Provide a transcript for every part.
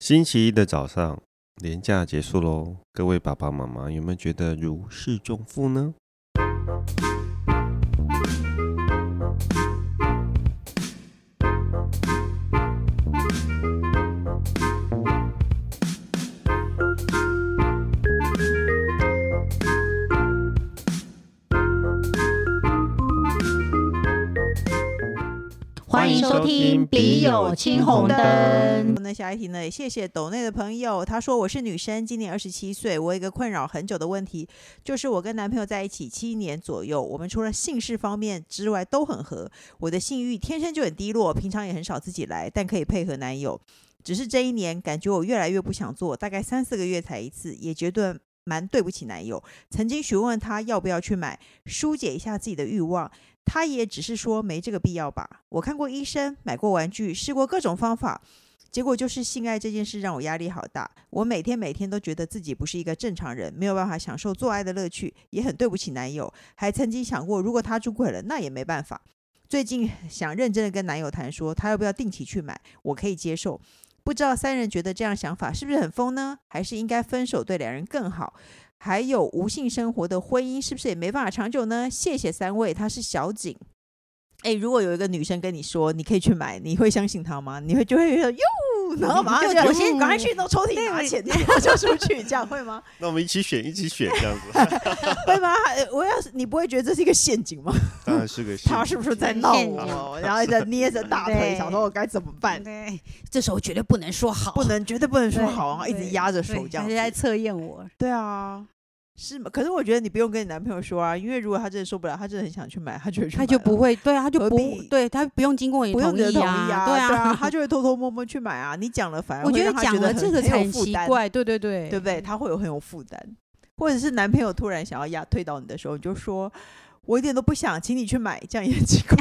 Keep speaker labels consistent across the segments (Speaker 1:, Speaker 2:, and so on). Speaker 1: 星期一的早上，年假结束喽，各位爸爸妈妈有没有觉得如释重负呢？
Speaker 2: 欢迎收听《笔友青红灯》。
Speaker 3: 那下一题呢？也谢谢抖内的朋友，他说我是女生，今年二十七岁，我有一个困扰很久的问题，就是我跟男朋友在一起七年左右，我们除了性事方面之外都很合。我的性欲天生就很低落，平常也很少自己来，但可以配合男友。只是这一年，感觉我越来越不想做，大概三四个月才一次，也觉得蛮对不起男友。曾经询问他要不要去买，疏解一下自己的欲望，他也只是说没这个必要吧。我看过医生，买过玩具，试过各种方法，结果就是性爱这件事让我压力好大。我每天每天都觉得自己不是一个正常人，没有办法享受做爱的乐趣，也很对不起男友。还曾经想过，如果他出轨了，那也没办法。最近想认真的跟男友谈说，他要不要定期去买，我可以接受。不知道三人觉得这样想法是不是很疯呢？还是应该分手对两人更好？还有无性生活的婚姻是不是也没办法长久呢？谢谢三位，她是小景。哎，如果有一个女生跟你说你可以去买，你会相信她吗？你会就会说哟，然后马上
Speaker 2: 就
Speaker 3: 就
Speaker 2: 我
Speaker 3: 我
Speaker 2: 先
Speaker 3: 先赶快去弄抽屉拿钱，然后就出去，这样会吗？
Speaker 1: 那我们一起选，一起选这样子，
Speaker 3: 会吗？呃我要是你不会觉得这是一个陷阱吗？
Speaker 1: 当然是个
Speaker 3: 她是不是在闹
Speaker 2: 陷
Speaker 3: 我？然后在捏着大腿，
Speaker 2: 对
Speaker 3: 想说我该怎么办？
Speaker 2: 对，这时候绝对不能说好，
Speaker 3: 不能，绝对不能说
Speaker 2: 对
Speaker 3: 好，然啊后一直
Speaker 2: 对
Speaker 3: 压着
Speaker 2: 对
Speaker 3: 手这
Speaker 2: 他
Speaker 3: 样子
Speaker 2: 是。在测验我。
Speaker 3: 对啊，是吗？可是我觉得你不用跟你男朋友说啊，因为如果他真的受不了，他真的很想去买，他就会去
Speaker 2: 他
Speaker 3: 买
Speaker 2: 就
Speaker 3: 了
Speaker 2: 不会，对啊，他就
Speaker 3: 何
Speaker 2: 不
Speaker 3: 必，
Speaker 2: 对他不用经过你
Speaker 3: 不用你的
Speaker 2: 意
Speaker 3: 同
Speaker 2: 啊，
Speaker 3: 啊，
Speaker 2: 对
Speaker 3: 啊，他就会偷偷摸摸去买啊。你讲了，反 而
Speaker 2: 我
Speaker 3: 会
Speaker 2: 觉
Speaker 3: 让
Speaker 2: 得
Speaker 3: 他
Speaker 2: 讲
Speaker 3: 觉得
Speaker 2: 了这
Speaker 3: 很
Speaker 2: 个
Speaker 3: 很
Speaker 2: 才
Speaker 3: 有
Speaker 2: 很
Speaker 3: 负
Speaker 2: 奇
Speaker 3: 担，
Speaker 2: 怪，对对对，
Speaker 3: 对不对？他会有很有负担，或者是男朋友突然想要压推倒你的时候，你就说我一点都不想，请你去买，这样也很奇怪。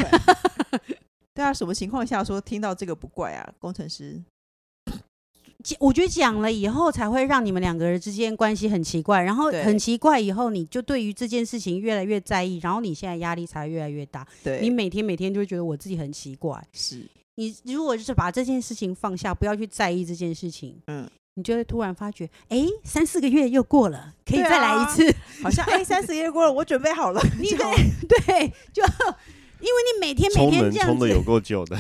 Speaker 3: 对啊，什么情况下说听到这个不怪啊？工程师，
Speaker 2: 讲我觉得讲了以后才会让你们两个人之间关系很奇怪，然后
Speaker 3: 对
Speaker 2: 很奇怪以后你就对于这件事情越来越在意，然后你现在压力才会越来越大，
Speaker 3: 对，
Speaker 2: 你每天每天就会觉得我自己很奇怪。
Speaker 3: 是
Speaker 2: 你如果就是把这件事情放下，不要去在意这件事情，
Speaker 3: 嗯，
Speaker 2: 你就会突然发觉，哎，三四个月又过了，可以
Speaker 3: 对
Speaker 2: 再来一
Speaker 3: 啊
Speaker 2: 次，
Speaker 3: 好像哎，三十页过了，我准备好了，
Speaker 2: 你
Speaker 3: 这样
Speaker 2: 对对，就因为你每天每
Speaker 1: 冲
Speaker 2: 天
Speaker 1: 门
Speaker 2: 这样
Speaker 1: 冲的
Speaker 2: 子，
Speaker 1: 有够久的，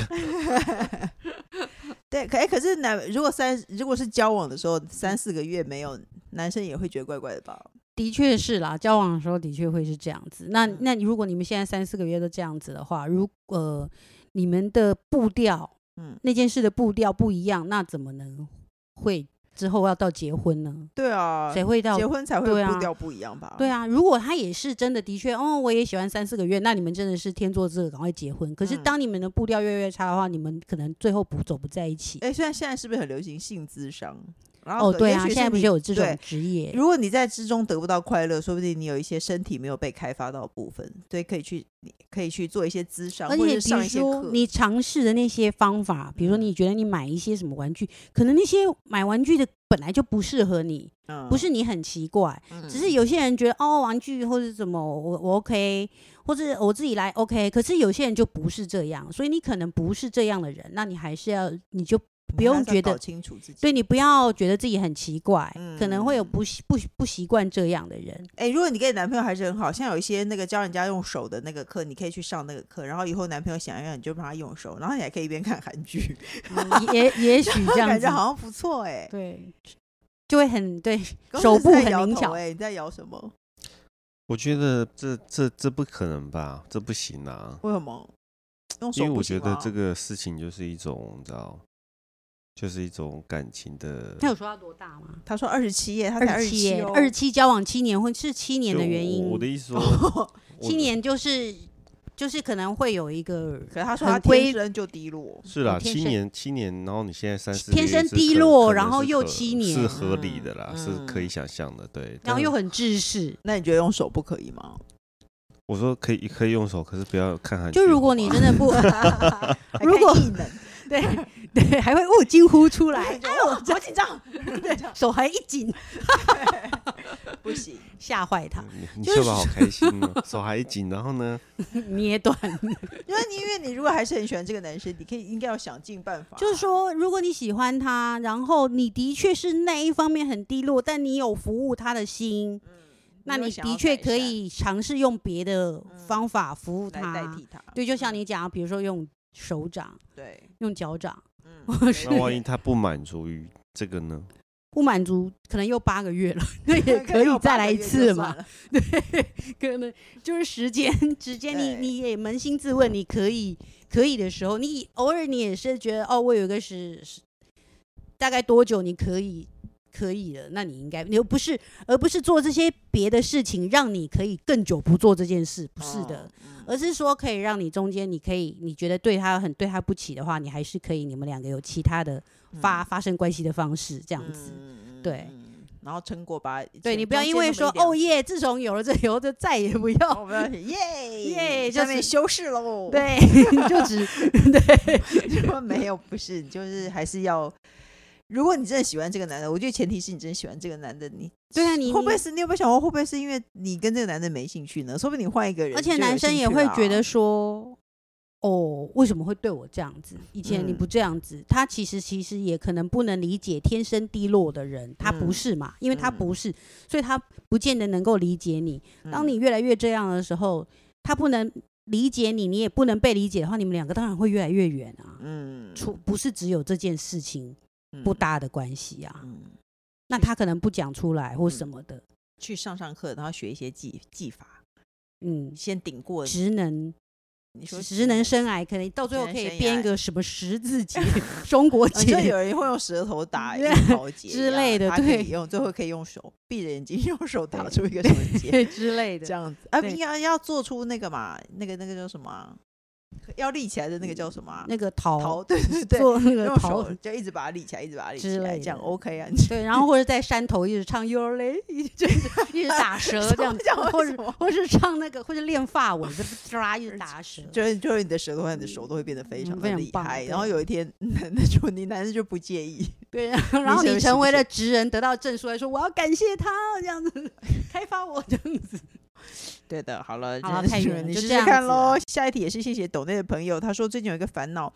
Speaker 3: 对，可哎，可是男如果三如果是交往的时候三四个月没有，男生也会觉得怪怪的吧？
Speaker 2: 的确是啦，交往的时候的确会是这样子。那
Speaker 3: 嗯
Speaker 2: 那你如果你们现在三四个月都这样子的话，如呃你们的步调，
Speaker 3: 嗯，
Speaker 2: 那件事的步调不一样，那怎么能会之后要到结婚呢？
Speaker 3: 对啊，
Speaker 2: 谁会到
Speaker 3: 结？婚才
Speaker 2: 对
Speaker 3: 会
Speaker 2: 啊
Speaker 3: 步调不一样吧？
Speaker 2: 对啊，如果他也是真的，的确，哦，我也喜欢三四个月，那你们真的是天作之合，赶快结婚。可是
Speaker 3: 嗯
Speaker 2: 当你们的步调越来越差的话，你们可能最后不走不在一起。
Speaker 3: 哎，现在现在是不是很流行性咨商？然后
Speaker 2: 哦，
Speaker 3: 可
Speaker 2: 对
Speaker 3: 也
Speaker 2: 啊，
Speaker 3: 许
Speaker 2: 现在不
Speaker 3: 你
Speaker 2: 是有这种
Speaker 3: 对
Speaker 2: 职业？
Speaker 3: 如果你在之中得不到快乐，说不定你有一些身体没有被开发到的部分，所以可以去你可以去做一些咨商，
Speaker 2: 而
Speaker 3: 或者
Speaker 2: 且
Speaker 3: 是
Speaker 2: 比如
Speaker 3: 上一些
Speaker 2: 说
Speaker 3: 课。嗯
Speaker 2: 你尝试的那些方法，比如说你觉得你买一些什么玩具，可能那些买玩具的本来就不适合你，
Speaker 3: 嗯
Speaker 2: 不是，你很奇怪，
Speaker 3: 嗯
Speaker 2: 只是有些人觉得哦玩具或者怎么我我 OK，或者我自己来 OK，可是有些人就不是这样，所以你可能不是这样的人，那你还是要你就
Speaker 3: 你
Speaker 2: 不用
Speaker 3: 还是要
Speaker 2: 觉得
Speaker 3: 搞清楚自己。
Speaker 2: 对你不要觉得自己很奇怪，可能会有
Speaker 3: 嗯
Speaker 2: 不习不不习惯这样的 人。
Speaker 3: 哎、如果你跟你男朋友还是很好，像有一些那个教人家用手的那个课，你可以去上那个课，然后以后男朋友想要你就帮他用手，然后你还可以一边看韩剧，
Speaker 2: 嗯也也许 这样
Speaker 3: 感
Speaker 2: 子
Speaker 3: 觉，好像不错哎、
Speaker 2: 对，就会很对，
Speaker 3: 刚
Speaker 2: 手
Speaker 3: 刚
Speaker 2: 部
Speaker 3: 是在
Speaker 2: 很
Speaker 3: 摇
Speaker 2: 灵
Speaker 3: 头
Speaker 2: 巧
Speaker 3: 哎、你在摇什么？
Speaker 1: 我觉得这这这不可能吧，这不行啊，
Speaker 3: 为什么？用手
Speaker 1: 因为我
Speaker 3: 不
Speaker 1: 觉
Speaker 3: 行啊
Speaker 2: 啊
Speaker 1: 得
Speaker 3: 吗
Speaker 1: 这个事情就是一种，你知道，就是一种感情的。
Speaker 2: 他有说他多大吗？
Speaker 3: 他说二十七耶，他才
Speaker 2: 二
Speaker 3: 十
Speaker 2: 十
Speaker 3: 七哦
Speaker 2: 七，二十七交往七年会是七年的
Speaker 1: 就
Speaker 2: 原
Speaker 1: 我
Speaker 2: 因。
Speaker 1: 我的意 思说，我
Speaker 2: 七年就是就是可能会有一个
Speaker 3: 可是他说
Speaker 2: 很
Speaker 3: 他
Speaker 2: 规
Speaker 3: 天生就低落，
Speaker 1: 是啦，
Speaker 2: 天
Speaker 1: 七
Speaker 2: 生
Speaker 1: 年七年，然后你现在三十，
Speaker 2: 天生低落然后又七年
Speaker 1: 是合理的啦，
Speaker 3: 嗯
Speaker 1: 是可以
Speaker 3: 嗯
Speaker 1: 想象的，对。
Speaker 2: 然后
Speaker 1: 但
Speaker 2: 又很自私。
Speaker 3: 那你觉得用手不可以吗？
Speaker 1: 我说可以可以用手，可是不要看韩剧
Speaker 2: 就
Speaker 1: 好吗。
Speaker 2: 如果你真的不
Speaker 3: 还
Speaker 2: 如
Speaker 3: 看
Speaker 2: 果
Speaker 3: 异 能
Speaker 2: 对对，还会哦惊呼出来，
Speaker 3: 哎呦，好紧张，对，
Speaker 2: 手还一紧。
Speaker 3: 不行，
Speaker 2: 吓坏他，
Speaker 1: 你你
Speaker 2: 就是
Speaker 1: 笑得好开心哦，手还紧，然后呢，
Speaker 2: 捏断。
Speaker 3: 因为你因为你如果还是很喜欢这个男生，你可以应该要想尽办法。
Speaker 2: 就是说，如果你喜欢他，然后你的确是那一方面很低落，但你有服务他的心，那
Speaker 3: 嗯有
Speaker 2: 你
Speaker 3: 想要
Speaker 2: 的确
Speaker 3: 改
Speaker 2: 可
Speaker 3: 善嗯
Speaker 2: 以尝试用别的方法服务
Speaker 3: 来
Speaker 2: 他。
Speaker 3: 代替他，
Speaker 2: 对，就像
Speaker 3: 嗯
Speaker 2: 你讲，比如说用手掌、
Speaker 3: 对，
Speaker 2: 用脚掌，
Speaker 3: 嗯，
Speaker 2: 我是
Speaker 1: 那万一他不满足于这个呢？
Speaker 2: 不满足，可能又八个月了， 那
Speaker 3: 对
Speaker 2: 也
Speaker 3: 对
Speaker 2: 可以再来一次？
Speaker 3: 要
Speaker 2: 嘛
Speaker 3: 八。个月就算了
Speaker 2: 可能就是时间， 时间你
Speaker 3: 对
Speaker 2: 你也扪心自问，你可以可以的时候，你偶尔你也是觉得哦，我有一个是是大概多久你可以可以的，那你应该你又不是而不是做这些别的事情，让你可以更久不做这件事，不是的。
Speaker 3: 哦嗯
Speaker 2: 而是说可以让你中间，你可以你觉得对他很对他不起的话，你还是可以，你们两个有其他的发、发生关系的方式这
Speaker 3: 这
Speaker 2: 样子。
Speaker 3: 嗯
Speaker 2: 对
Speaker 3: 嗯嗯然后成果吧，
Speaker 2: 对你不要因为说哦耶，自从有了这以后就再也不要
Speaker 3: 我们哦要写耶
Speaker 2: 耶就
Speaker 3: 下面
Speaker 2: 是
Speaker 3: 修饰喽。，
Speaker 2: 对， 就只 对
Speaker 3: 说没有，不是，就是还是要。如果你真的喜欢这个男的，我觉得前提是你真的喜欢这个男的，你
Speaker 2: 对啊，你
Speaker 3: 会不会
Speaker 2: 你
Speaker 3: 是你有没有想过，会不会是因为你跟这个男的没兴趣呢？说不定你换一个人，
Speaker 2: 而且男生也会觉得，说，哦，为什么会对我这样子？以前你
Speaker 3: 嗯
Speaker 2: 不这样子，他其实其实也可能不能理解天生低落的人，他
Speaker 3: 嗯
Speaker 2: 不是嘛？因为他
Speaker 3: 嗯
Speaker 2: 不是，所以他不见得能够理解你。当
Speaker 3: 嗯
Speaker 2: 你越来越这样的时候，他不能理解你，你也不能被理解的话，你们两个当然会越来越远啊。
Speaker 3: 嗯
Speaker 2: 除不是只有这件事情不，搭的关系啊，
Speaker 3: 嗯嗯
Speaker 2: 那他可能不讲出来或什么的，
Speaker 3: 去上上课，然后学一些技技法，
Speaker 2: 嗯，
Speaker 3: 先顶过
Speaker 2: 职能
Speaker 3: 你说
Speaker 2: 职能生癌，可能到最后
Speaker 3: 职
Speaker 2: 可
Speaker 3: 能
Speaker 2: 以
Speaker 3: 生
Speaker 2: 编
Speaker 3: 涯
Speaker 2: 一个什么十字 节、中国
Speaker 3: 哦你就
Speaker 2: 结
Speaker 3: 有人会用舌头打
Speaker 2: 对
Speaker 3: 樱桃结
Speaker 2: 之类的
Speaker 3: 他可
Speaker 2: 对
Speaker 3: 以用最后可以用手闭着眼睛用手打
Speaker 2: 对
Speaker 3: 出一个什么 结，
Speaker 2: 之类
Speaker 3: 这
Speaker 2: 的。
Speaker 3: 样子啊，
Speaker 2: 对
Speaker 3: 应该要做出那个嘛，那个那个叫什么啊、要立起来的那个叫什么啊、
Speaker 2: 那个桃
Speaker 3: 桃，对对对，
Speaker 2: 做那个
Speaker 3: 用
Speaker 2: 桃
Speaker 3: 手，就一直把它立起来，一直把它立起
Speaker 2: 之
Speaker 3: 来，
Speaker 2: 类
Speaker 3: 这样
Speaker 2: 的
Speaker 3: OK 啊？
Speaker 2: 对，然后或者在山头一直唱 Your Lady，一直一直打
Speaker 3: 你
Speaker 2: 舌这样子，
Speaker 3: 讲
Speaker 2: 或
Speaker 3: 为什
Speaker 2: 者
Speaker 3: 么？
Speaker 2: 或是唱那个，或是练发尾， 就抓一直打舌。
Speaker 3: 就是就是你的舌头和你的手都会变得非
Speaker 2: 嗯
Speaker 3: 常
Speaker 2: 非
Speaker 3: 的
Speaker 2: 常
Speaker 3: 厉
Speaker 2: 棒
Speaker 3: 害，
Speaker 2: 对
Speaker 3: 然后有一天 男的就你男的就不介意，
Speaker 2: 对，然后然后
Speaker 3: 你
Speaker 2: 你
Speaker 3: 是
Speaker 2: 成为
Speaker 3: 是
Speaker 2: 了职人，得到证书，还说我要感谢他这样子，开发我这样
Speaker 3: 嗯
Speaker 2: 子。
Speaker 3: 对的，好了，
Speaker 2: 好了
Speaker 3: 真
Speaker 2: 太
Speaker 3: 是
Speaker 2: 远了
Speaker 3: 你
Speaker 2: 就
Speaker 3: 试
Speaker 2: 这
Speaker 3: 试
Speaker 2: 样
Speaker 3: 看
Speaker 2: 子
Speaker 3: 喽
Speaker 2: 了。
Speaker 3: 下一题也是谢谢抖内的朋友，他说最近有一个烦恼，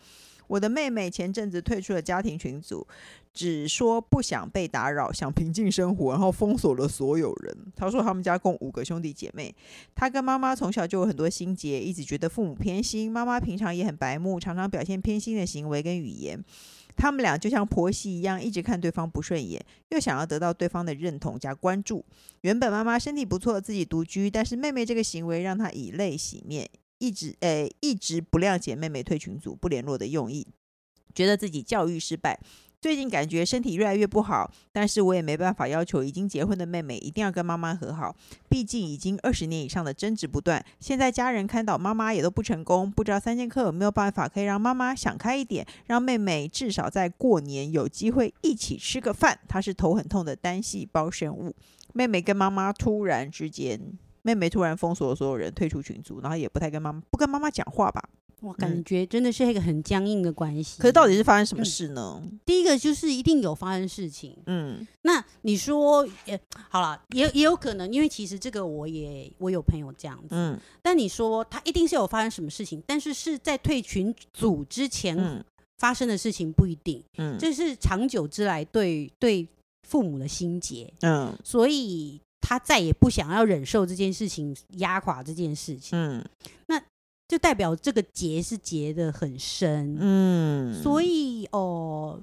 Speaker 3: 我的妹妹前阵子退出了家庭群组，只说不想被打扰，想平静生活，然后封锁了所有人。他说他们家共五个兄弟姐妹，他跟妈妈从小就有很多心结，一直觉得父母偏心，妈妈平常也很白目，常常表现偏心的行为跟语言。他们俩就像婆媳一样，一直看对方不顺眼，又想要得到对方的认同加关注。原本妈妈身体不错，自己独居，但是妹妹这个行为让她以泪洗面，一直呃一直不谅解妹妹退群组不联络的用意，觉得自己教育失败。最近感觉身体越来越不好，但是我也没办法要求已经结婚的妹妹一定要跟妈妈和好，毕竟已经二十年以上的争执不断。现在家人看到妈妈也都不成功，不知道三剑客有没有办法可以让妈妈想开一点，让妹妹至少在过年有机会一起吃个饭。她是头很痛的单细胞生物。妹妹跟妈妈突然之间，妹妹突然封锁所有人，退出群组，然后也不太跟妈妈不跟妈妈讲话吧。
Speaker 2: 我
Speaker 3: 嗯
Speaker 2: 感觉真的是一个很僵硬的关系。
Speaker 3: 可是到底是发生什么事呢？
Speaker 2: 第一个就是一定有发生事情，
Speaker 3: 嗯
Speaker 2: 那你说，也好了，也也有可能，因为其实这个我也我有朋友这样子，
Speaker 3: 嗯
Speaker 2: 但你说他一定是有发生什么事情，但是是在退群组之前
Speaker 3: 嗯
Speaker 2: 发生的事情不一定，
Speaker 3: 嗯，
Speaker 2: 这是长久之来对对父母的心结，
Speaker 3: 嗯
Speaker 2: 所以他再也不想要忍受这件事情压垮这件事情，
Speaker 3: 嗯
Speaker 2: 就代表这个结是结得很深，
Speaker 3: 嗯，
Speaker 2: 所以哦、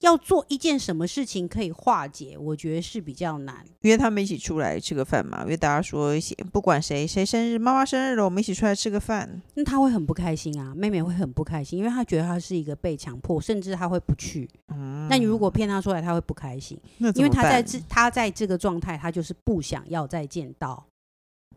Speaker 2: 要做一件什么事情可以化解，我觉得是比较难。
Speaker 3: 约他们一起出来吃个饭嘛，约大家说一起，不管谁谁生日，妈妈生日了，我们一起出来吃个饭。
Speaker 2: 那他会很不开心啊，妹妹会很不开心，因为她觉得她是一个被强迫，甚至她会不去。
Speaker 3: 嗯，
Speaker 2: 那你如果骗她出来，她会不开心，
Speaker 3: 那
Speaker 2: 因为她
Speaker 3: 他
Speaker 2: 在这她在这个状态，她就是不想要再见到，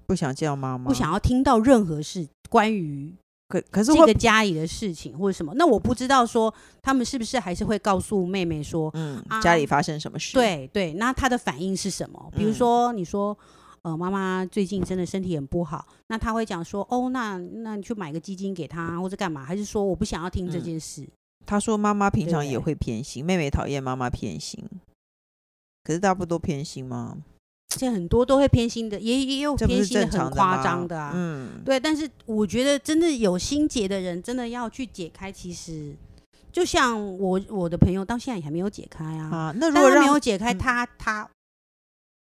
Speaker 3: 不想见到妈妈，
Speaker 2: 不想要听到任何事关于
Speaker 3: 可可是
Speaker 2: 这
Speaker 3: 会
Speaker 2: 个家里的事情或者什么。那我不知道说他们是不是还是会告诉妹妹说，
Speaker 3: 嗯
Speaker 2: 啊
Speaker 3: 家里发生什么事？，
Speaker 2: 对对，那她的反应是什么？比如
Speaker 3: 嗯
Speaker 2: 说你说。呃，妈妈最近真的身体很不好，那她会讲说，哦，那那你去买个基金给她，或者干嘛？还是说我不想要听这
Speaker 3: 嗯
Speaker 2: 件事？
Speaker 3: 他说妈妈平常也
Speaker 2: 对
Speaker 3: 会偏心，妹妹讨厌妈妈偏心，可是大部分都偏心吗？
Speaker 2: 现在很多都会偏心的，也也有
Speaker 3: 这不
Speaker 2: 偏
Speaker 3: 是
Speaker 2: 心的
Speaker 3: 正
Speaker 2: 很
Speaker 3: 常
Speaker 2: 夸
Speaker 3: 吗
Speaker 2: 张的啊。
Speaker 3: 嗯，
Speaker 2: 对，但是我觉得真的有心结的人，真的要去解开。其实，就像我我的朋友到现在也还没有解开啊。
Speaker 3: 啊，那如
Speaker 2: 但
Speaker 3: 果
Speaker 2: 他没
Speaker 3: 让
Speaker 2: 有解开，
Speaker 3: 嗯
Speaker 2: 他他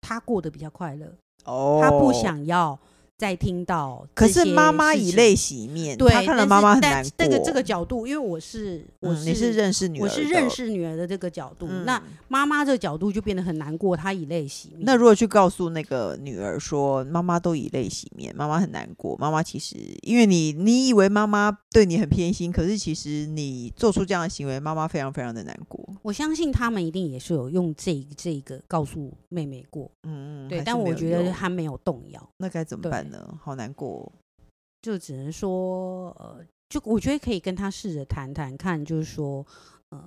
Speaker 2: 他过得比较快乐，
Speaker 3: 哦
Speaker 2: 他不，想要再听到这
Speaker 3: 可
Speaker 2: 些事
Speaker 3: 是
Speaker 2: 情。
Speaker 3: 妈妈以泪洗面，
Speaker 2: 对，
Speaker 3: 他看了
Speaker 2: 但
Speaker 3: 妈
Speaker 2: 是
Speaker 3: 妈很
Speaker 2: 但
Speaker 3: 难过。
Speaker 2: 这个这个角度，因为我是我
Speaker 3: 嗯你是认识女儿，
Speaker 2: 我是认，识女儿的这个角度，那
Speaker 3: 嗯
Speaker 2: 妈妈这个角度就变得很难过，她以泪洗面。
Speaker 3: 那如果去告诉那个女儿说，妈妈都以泪洗面，妈妈很难过，妈妈其实因为你你以为妈妈对你很偏心，可是其实你做出这样的行为，妈妈非常非常的难过。
Speaker 2: 我相信他们一定也是有用这这个告诉妹妹过，
Speaker 3: 嗯，嗯
Speaker 2: 对，
Speaker 3: 还
Speaker 2: 但
Speaker 3: 是没
Speaker 2: 我
Speaker 3: 有
Speaker 2: 觉得
Speaker 3: 用
Speaker 2: 她没有动摇，
Speaker 3: 那该怎么
Speaker 2: 对
Speaker 3: 办呢？好难过哦、
Speaker 2: 就只能说，呃，就我觉得可以跟她试着谈谈看，就是说，呃，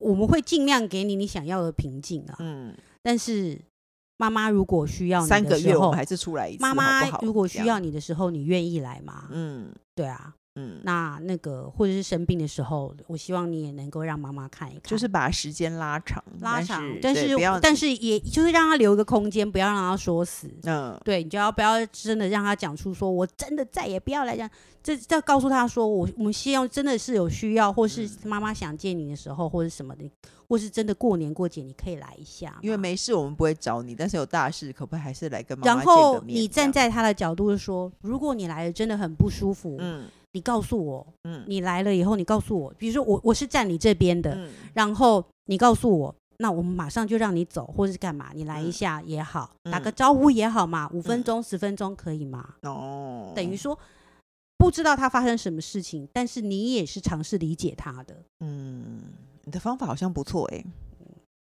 Speaker 2: 我们会尽量给你你想要的平静啊，
Speaker 3: 嗯，
Speaker 2: 但是妈妈如果需要你
Speaker 3: 三
Speaker 2: 的
Speaker 3: 个
Speaker 2: 时
Speaker 3: 月我
Speaker 2: 候
Speaker 3: 们还是出来一次，
Speaker 2: 妈
Speaker 3: 好
Speaker 2: 妈
Speaker 3: 不好
Speaker 2: 如果
Speaker 3: 这
Speaker 2: 需
Speaker 3: 样
Speaker 2: 要你的时候，你愿意来吗？
Speaker 3: 嗯
Speaker 2: 对啊，
Speaker 3: 嗯，
Speaker 2: 那那个或者是生病的时候，我希望你也能够让妈妈看一看，
Speaker 3: 就是把时间拉长，
Speaker 2: 拉
Speaker 3: 但
Speaker 2: 长
Speaker 3: 是，
Speaker 2: 但
Speaker 3: 对
Speaker 2: 是
Speaker 3: 不要
Speaker 2: 但是也就是让他留一个空间，不要让他说死。
Speaker 3: 嗯
Speaker 2: 对，你就要不要真的让他讲出说，我真的再也不要来讲，这再告诉他说，我我们希望真的是有需要，或
Speaker 3: 嗯
Speaker 2: 是妈妈想见你的时候，或者什么的，或是真的过年过节你可以来一下嘛，
Speaker 3: 因为没事我们不会找你，但是有大事可不可以还是来跟妈妈
Speaker 2: 然
Speaker 3: 见个
Speaker 2: 后
Speaker 3: 面
Speaker 2: 你
Speaker 3: 这
Speaker 2: 站
Speaker 3: 样
Speaker 2: 在他的角度说，如果你来了真的很不舒服，
Speaker 3: 嗯
Speaker 2: 你告诉我，
Speaker 3: 嗯
Speaker 2: 你来了以后你告诉我，比如说我我是站你这边的，
Speaker 3: 嗯
Speaker 2: 然后你告诉我，那我们马上就让你走，或者是干嘛，你来一下也好，打个
Speaker 3: 嗯
Speaker 2: 招呼也好嘛，五分
Speaker 3: 嗯
Speaker 2: 钟、十分钟可以吗？
Speaker 3: 哦，
Speaker 2: 等于说不知道他发生什么事情，但是你也是尝试理解他的，
Speaker 3: 嗯，你的方法好像不错哎、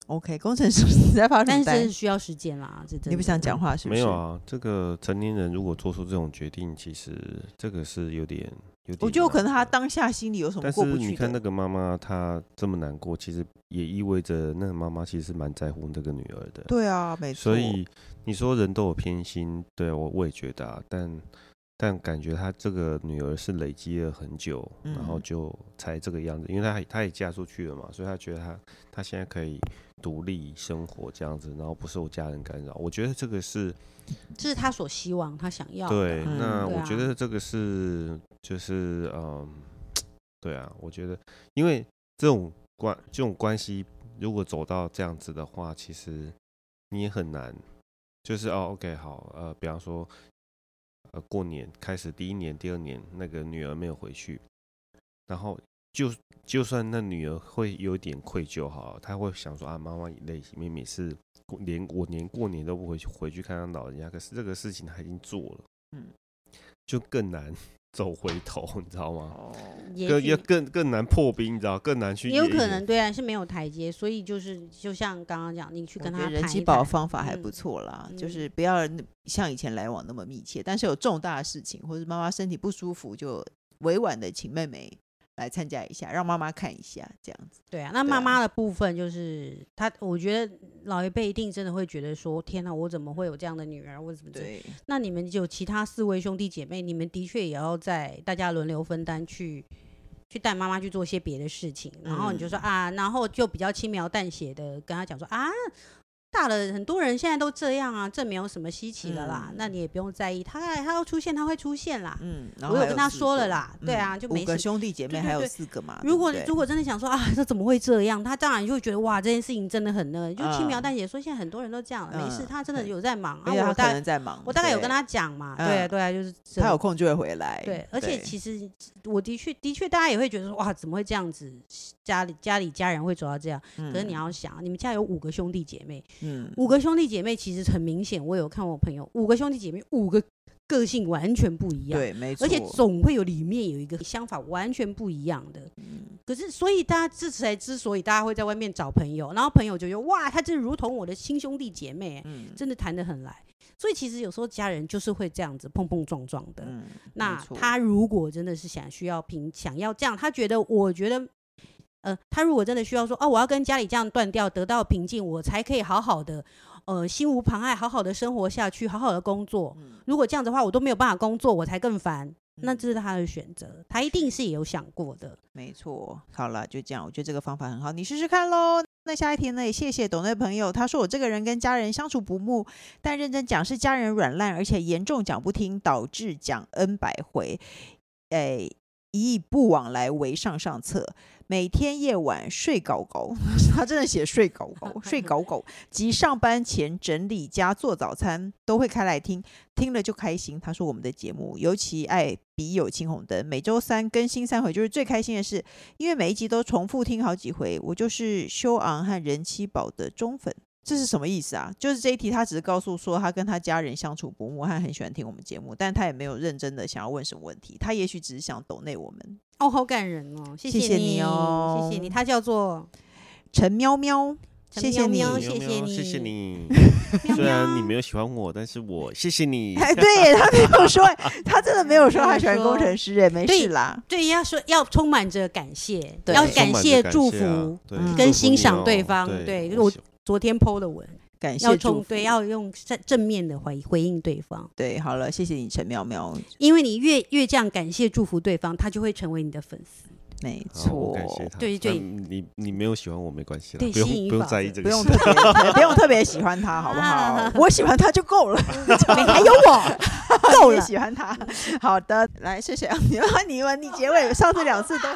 Speaker 3: OK，工程师你在发什
Speaker 2: 但是真
Speaker 3: 么
Speaker 2: 的
Speaker 3: 呆？
Speaker 2: 需要时间啦，这真的
Speaker 3: 你不想讲？话是不
Speaker 1: 没
Speaker 3: 是？
Speaker 1: 有啊，这个成年人如果做出这种决定，其实这个是有点有点。
Speaker 3: 我觉得有可能他，当下心里有什么
Speaker 1: 但
Speaker 3: 过
Speaker 1: 是
Speaker 3: 不
Speaker 1: 你
Speaker 3: 去
Speaker 1: 看那
Speaker 3: 的。
Speaker 1: 个妈妈，她这么难过，其实也意味着那个妈妈其实蛮在乎这个女儿的。
Speaker 3: 对啊，没错。
Speaker 1: 所以你说人都有偏心，对我我也觉得啊，但但感觉她这个女儿是累积了很久，然后
Speaker 3: 嗯
Speaker 1: 就才这个样子，因为她她也嫁出去了嘛，所以她觉得她她现在可以独立生活这样子，然后不受家人干扰。我觉得这个是
Speaker 2: 这是他所希望，他想要的
Speaker 1: 对，
Speaker 3: 嗯
Speaker 1: 那
Speaker 2: 对
Speaker 1: 我觉
Speaker 2: 啊
Speaker 1: 得这个是就是嗯，对啊，我觉得因为这种关这种关系，如果走到这样子的话，其实你也很难，就是哦，OK，好，呃，比方说。呃，过年开始第一年、第二年，那个女儿没有回去，然后就就算那女儿会有点愧疚好了，她会想说啊，妈妈也累，妹妹是过连我连过年都不回去回去看看老人家，可是这个事情她已经做了，
Speaker 3: 嗯，
Speaker 1: 就更难走回头， 你知道吗？
Speaker 3: 哦，
Speaker 2: 也
Speaker 1: 更
Speaker 2: 许
Speaker 1: 要更更难破冰，你知道，更难去
Speaker 2: 也有
Speaker 1: 演
Speaker 2: 可能对啊，是没有台阶，所以就是就像刚刚讲，你去
Speaker 3: 我
Speaker 2: 跟
Speaker 3: 觉
Speaker 2: 他
Speaker 3: 得人
Speaker 2: 谈
Speaker 3: 气
Speaker 2: 一
Speaker 3: 宝
Speaker 2: 谈。
Speaker 3: 方法还不
Speaker 2: 嗯
Speaker 3: 错啦，就
Speaker 2: 嗯
Speaker 3: 是不要像以前来往那么密切，但是有重大的事情或者妈妈身体不舒服，就委婉的请妹妹来参加一下，让妈妈看一下这样子。
Speaker 2: 对啊，那
Speaker 3: 对
Speaker 2: 妈
Speaker 3: 啊
Speaker 2: 妈的部分就是她，我觉得老一辈一定真的会觉得说，天哪，我怎么会有这样的女儿？我怎么这
Speaker 3: 对，
Speaker 2: 那你们有其他四位兄弟姐妹，你们的确也要在大家轮流分担去去带妈妈去做些别的事情，然后你
Speaker 3: 嗯
Speaker 2: 就说、啊，然后就比较轻描淡写的跟他讲说啊。大了，很多人现在都这样啊，这没有什么稀奇的啦。
Speaker 3: 嗯
Speaker 2: 那你也不用在意，他他要出现，他会出现啦。
Speaker 3: 嗯，然
Speaker 2: 啊我
Speaker 3: 后
Speaker 2: 有
Speaker 3: 还
Speaker 2: 跟他
Speaker 3: 四
Speaker 2: 说了
Speaker 3: 个嗯
Speaker 2: 啦对啊就没
Speaker 3: 五个
Speaker 2: 事
Speaker 3: 兄弟姐
Speaker 2: 对
Speaker 3: 妹
Speaker 2: 对
Speaker 3: 还有
Speaker 2: 对
Speaker 3: 四个嘛。
Speaker 2: 如果
Speaker 3: 对不对
Speaker 2: 如果真的想说啊，这怎么会这样？他当然就会觉得哇，这件事情真的很那个，就轻描
Speaker 3: 嗯
Speaker 2: 淡写说现在很多人都这样了，没事，
Speaker 3: 嗯
Speaker 2: 他真的
Speaker 3: 对
Speaker 2: 有在忙啊。
Speaker 3: 而且他
Speaker 2: 我
Speaker 3: 可
Speaker 2: 大
Speaker 3: 能在忙，
Speaker 2: 我大概有跟
Speaker 3: 对
Speaker 2: 他讲嘛，
Speaker 3: 嗯
Speaker 2: 对啊对啊，就是这
Speaker 3: 他有
Speaker 2: 样
Speaker 3: 空就会回来。
Speaker 2: 对，而且其实我的确的确，大家也会觉得说哇，怎么会这样子？家里家里家人会走到这样。
Speaker 3: 嗯
Speaker 2: 可是你要想，你们家有五个兄弟姐妹，
Speaker 3: 嗯
Speaker 2: 五个兄弟姐妹其实很明显，我有看我朋友五个兄弟姐妹，五个个性完全不一样，
Speaker 3: 对，没错，
Speaker 2: 而且总会有里面有一个想法完全不一样的。
Speaker 3: 嗯
Speaker 2: 可是，所以大家之才之所以大家会在外面找朋友，然后朋友就觉得哇，他真的如同我的亲兄弟姐妹，
Speaker 3: 嗯
Speaker 2: 真的谈得很来。所以其实有时候家人就是会这样子碰碰撞撞的。
Speaker 3: 嗯，
Speaker 2: 那
Speaker 3: 没错
Speaker 2: 他如果真的是想需要平，想要这样，他觉得，我觉得，呃，他如果真的需要说，哦，我要跟家里这样断掉，得到平静，我才可以好好的，呃，心无旁碍，好好的生活下去，好好的工作。
Speaker 3: 嗯
Speaker 2: 如果这样子的话，我都没有办法工作，我才更烦。那
Speaker 3: 嗯
Speaker 2: 这是他的选择，他一定是有想过的。
Speaker 3: 没错。好了，就这样，我觉得这个方法很好，你试试看喽。那下一题呢？也谢谢董内朋友，他说我这个人跟家人相处不睦，但认真讲是家人软烂，而且严重讲不听，导致讲 N 百回，诶、一以不往来为上上策。每天夜晚睡狗狗， 他真的写睡狗狗，睡狗狗，及上班前整理家做早餐都会开来听，听了就开心。他说我们的节目尤其爱笔友青红灯，每周三更新三回，就是最开心的事，因为每一集都重复听好几回。我就是修昂和人妻宝的忠粉，这是什么意思啊？就是这一题他只是告诉说他跟他家人相处不睦，他很喜欢听我们节目，但他也没有认真的想要问什么问题，他也许只是想抖内我们。
Speaker 2: 哦，好感人哦，谢
Speaker 3: 谢谢
Speaker 2: 你
Speaker 3: 你哦
Speaker 2: 谢谢你。他叫做
Speaker 3: 陈喵喵，
Speaker 2: 陈
Speaker 3: 谢谢你
Speaker 2: 喵喵，
Speaker 1: 喵
Speaker 2: 谢
Speaker 1: 喵
Speaker 2: 你，
Speaker 1: 谢谢。你。
Speaker 2: 喵
Speaker 1: 虽然你
Speaker 2: 喵
Speaker 1: 没有喜欢我，但是我谢谢 你。
Speaker 3: 哎，对耶，他没有说耶，他真的没有说他喜欢工程师，哎，没
Speaker 2: 对
Speaker 3: 事啦。
Speaker 2: 对，要说要充满着感谢，
Speaker 3: 对
Speaker 2: 要
Speaker 3: 充
Speaker 2: 感
Speaker 1: 充满
Speaker 2: 谢
Speaker 1: 着
Speaker 2: 祝
Speaker 1: 谢啊
Speaker 2: 福。
Speaker 1: 对
Speaker 3: 嗯
Speaker 1: 祝
Speaker 2: 跟
Speaker 1: 福
Speaker 2: 欣
Speaker 1: 你
Speaker 2: 赏
Speaker 1: 哦
Speaker 2: 对方对
Speaker 1: 对，
Speaker 2: 我
Speaker 1: 喜
Speaker 2: 昨天 PO 的文，
Speaker 3: 感谢
Speaker 2: 要
Speaker 3: 祝
Speaker 2: 充
Speaker 3: 福
Speaker 2: 对，要用正正面的回回应对方，
Speaker 3: 对，好了，谢谢你，陈喵喵，
Speaker 2: 因为你越越这样感谢祝福对方，他就会成为你的粉 丝。
Speaker 3: 没
Speaker 1: 好我感
Speaker 3: 错
Speaker 1: 谢，他。
Speaker 2: 对对
Speaker 1: 但你你没有喜欢我没关系啦，
Speaker 2: 对
Speaker 1: 不用
Speaker 2: 吸引
Speaker 1: 不用
Speaker 2: 法
Speaker 1: 在意
Speaker 2: 则
Speaker 1: 这
Speaker 3: 不
Speaker 1: 个
Speaker 3: 用
Speaker 1: 事。
Speaker 3: 特别，不用特别喜欢他，好不好
Speaker 2: 啊？
Speaker 3: 我喜欢他就够了，
Speaker 2: 没哎还有我，够
Speaker 3: 你 也
Speaker 2: 了
Speaker 3: 喜欢他。 好的，来，谢谢你们，你们，你结尾上次两次 都，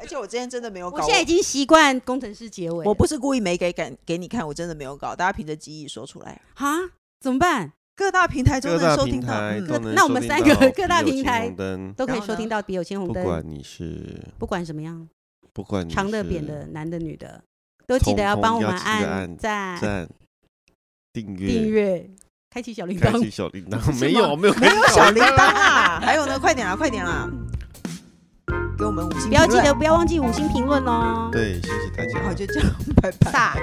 Speaker 3: 而且我今天真的没有搞
Speaker 2: 我，现在已经习惯工程师结尾了。
Speaker 3: 我不是故意没给感给你看，我真的没有搞，大家凭着记忆说出来。
Speaker 2: 啊，怎么办？
Speaker 3: 各大平台都
Speaker 1: 各
Speaker 3: 能
Speaker 1: 大
Speaker 3: 收
Speaker 1: 平
Speaker 3: 听到，
Speaker 1: 台
Speaker 3: 嗯
Speaker 1: 都
Speaker 2: 各
Speaker 1: 能
Speaker 2: 那我
Speaker 1: 收
Speaker 2: 们
Speaker 1: 听
Speaker 2: 三个
Speaker 1: 到
Speaker 2: 各大
Speaker 1: 有
Speaker 2: 平
Speaker 1: 青
Speaker 2: 台
Speaker 1: 红灯
Speaker 2: 都可以
Speaker 3: 然后
Speaker 2: 收听
Speaker 3: 呢
Speaker 2: 到《笔友青红
Speaker 1: 不
Speaker 2: 灯》，
Speaker 1: 管你是
Speaker 2: 不管什么样，
Speaker 1: 不管你
Speaker 2: 长的、扁
Speaker 1: 是
Speaker 2: 的、男的、女的，都记
Speaker 1: 统
Speaker 2: 得要帮
Speaker 1: 统
Speaker 2: 我
Speaker 1: 要
Speaker 2: 们
Speaker 1: 记得按
Speaker 2: 赞、
Speaker 1: 赞、订阅、
Speaker 2: 订阅、开启小铃
Speaker 1: 开
Speaker 2: 铛
Speaker 1: 启。小铃
Speaker 2: 是
Speaker 1: 铛，
Speaker 2: 吗
Speaker 1: 没有没有
Speaker 3: 没
Speaker 1: 开
Speaker 3: 有
Speaker 1: 启
Speaker 3: 小铃
Speaker 1: 铃
Speaker 3: 铛啊！还有呢，快点啦，快点啦，给我们五星
Speaker 2: 不要
Speaker 3: 评
Speaker 2: 记
Speaker 3: 论
Speaker 2: 得，不要忘记五星评论哦。
Speaker 1: 对，谢谢大家
Speaker 3: 好，。就这样，拜拜。
Speaker 2: 撒。